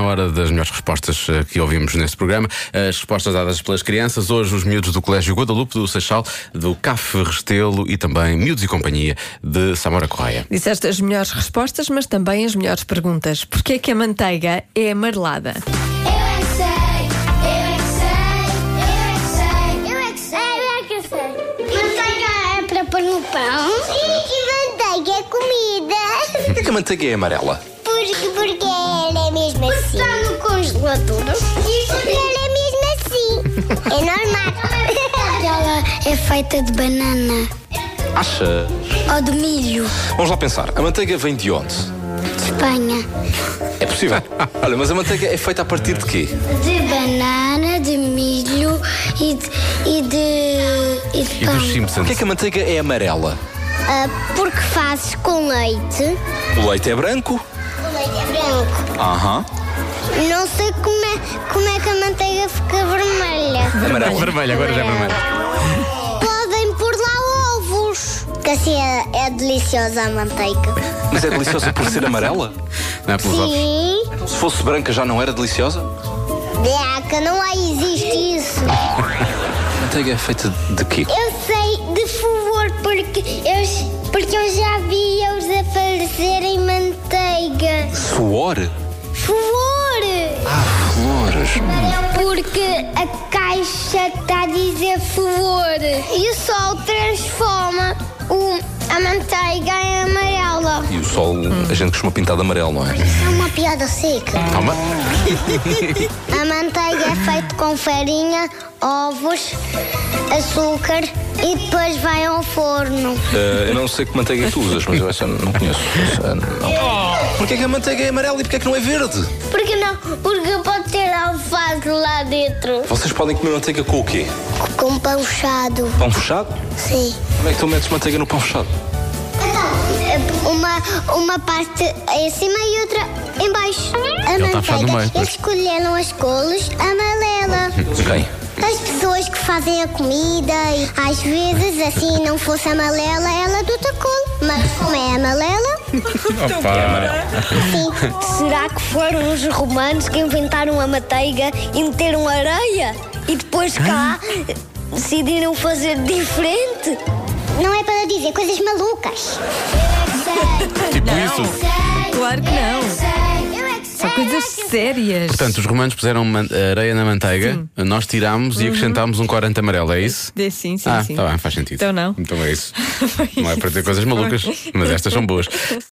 sonora das melhores respostas eh, que ouvimos neste programa. As respostas dadas pelas crianças, hoje os miúdos do Colégio Guadalupe do Seixal, do CAF Restelo e também Miúdos e Companhia de Samora Correia. Disseste as melhores respostas, mas também as melhores perguntas. Porquê que a manteiga é amarelada? Eu é que sei, eu é que sei, eu é que sei, eu é que sei, eu é que sei. Manteiga é para pôr no pão? Sim, e manteiga é comida. Porquê que a manteiga é amarela? Porque, porque ela é mesmo assim. Está no congelador. E porque ela é mesmo assim. É normal. ela é feita de banana Acha? ou de milho. Vamos lá pensar. A manteiga vem de onde? De Espanha. É possível. Olha, mas a manteiga é feita a partir de quê? De banana, de milho e de, e de, e de E dos Simpsons. Porquê que a manteiga é amarela? Ah, porque fazes com leite. O leite é branco? O leite é branco. Aham. Não sei como é, como é que a manteiga fica vermelha. Amarela. Vermelha, agora já é vermelha. Podem pôr lá ovos. Que assim é, é deliciosa a manteiga. Mas é deliciosa por ser amarela? Não é pelos ovos. Sim. Se fosse branca já não era deliciosa? Beaca, não há, existe isso. A manteiga é feita de quê? Eu sei de favor porque eu, porque eu já vi eles aparecerem manteiga. Suor? Favor! Flores. Porque a caixa está a dizer flor e o sol transforma o- a manteiga em amarela. E o sol, a gente costuma pintar de amarelo, não é? É uma piada seca. Calma. A manteiga é feita com farinha, ovos, açúcar e depois vai ao forno. Eh, eu não sei que manteiga tu usas, mas eu essa não conheço. Essa não. Porquê que a manteiga é amarela e porquê que não é verde? Porque não? Porque pode ter alface lá dentro. Vocês podem comer manteiga com o quê? Com pão fechado, Pão fechado? sim. Como é que tu metes manteiga no pão fechado? Então, uma, uma parte em cima e outra em baixo. A Ele tá fechado no meio, pois. eles escolheram as cores amarela. Quem? As pessoas que fazem a comida e às vezes assim não fosse amarela, ela é do tacol. Mas como é amarela, Opa. sim. Será que foram os romanos que inventaram a manteiga e meteram areia? E depois cá eh, decidiram fazer diferente? Não é para dizer coisas malucas. Tipo isso. Claro que não. São coisas sérias. Portanto, os romanos puseram man- areia na manteiga, nós tirámos e acrescentámos um corante amarelo, é isso? De- Sim, Uhum. sim, ah, sim. tá bem, faz sentido. Então não. Então é isso. Foi Não é para dizer coisas malucas, mas estas são boas.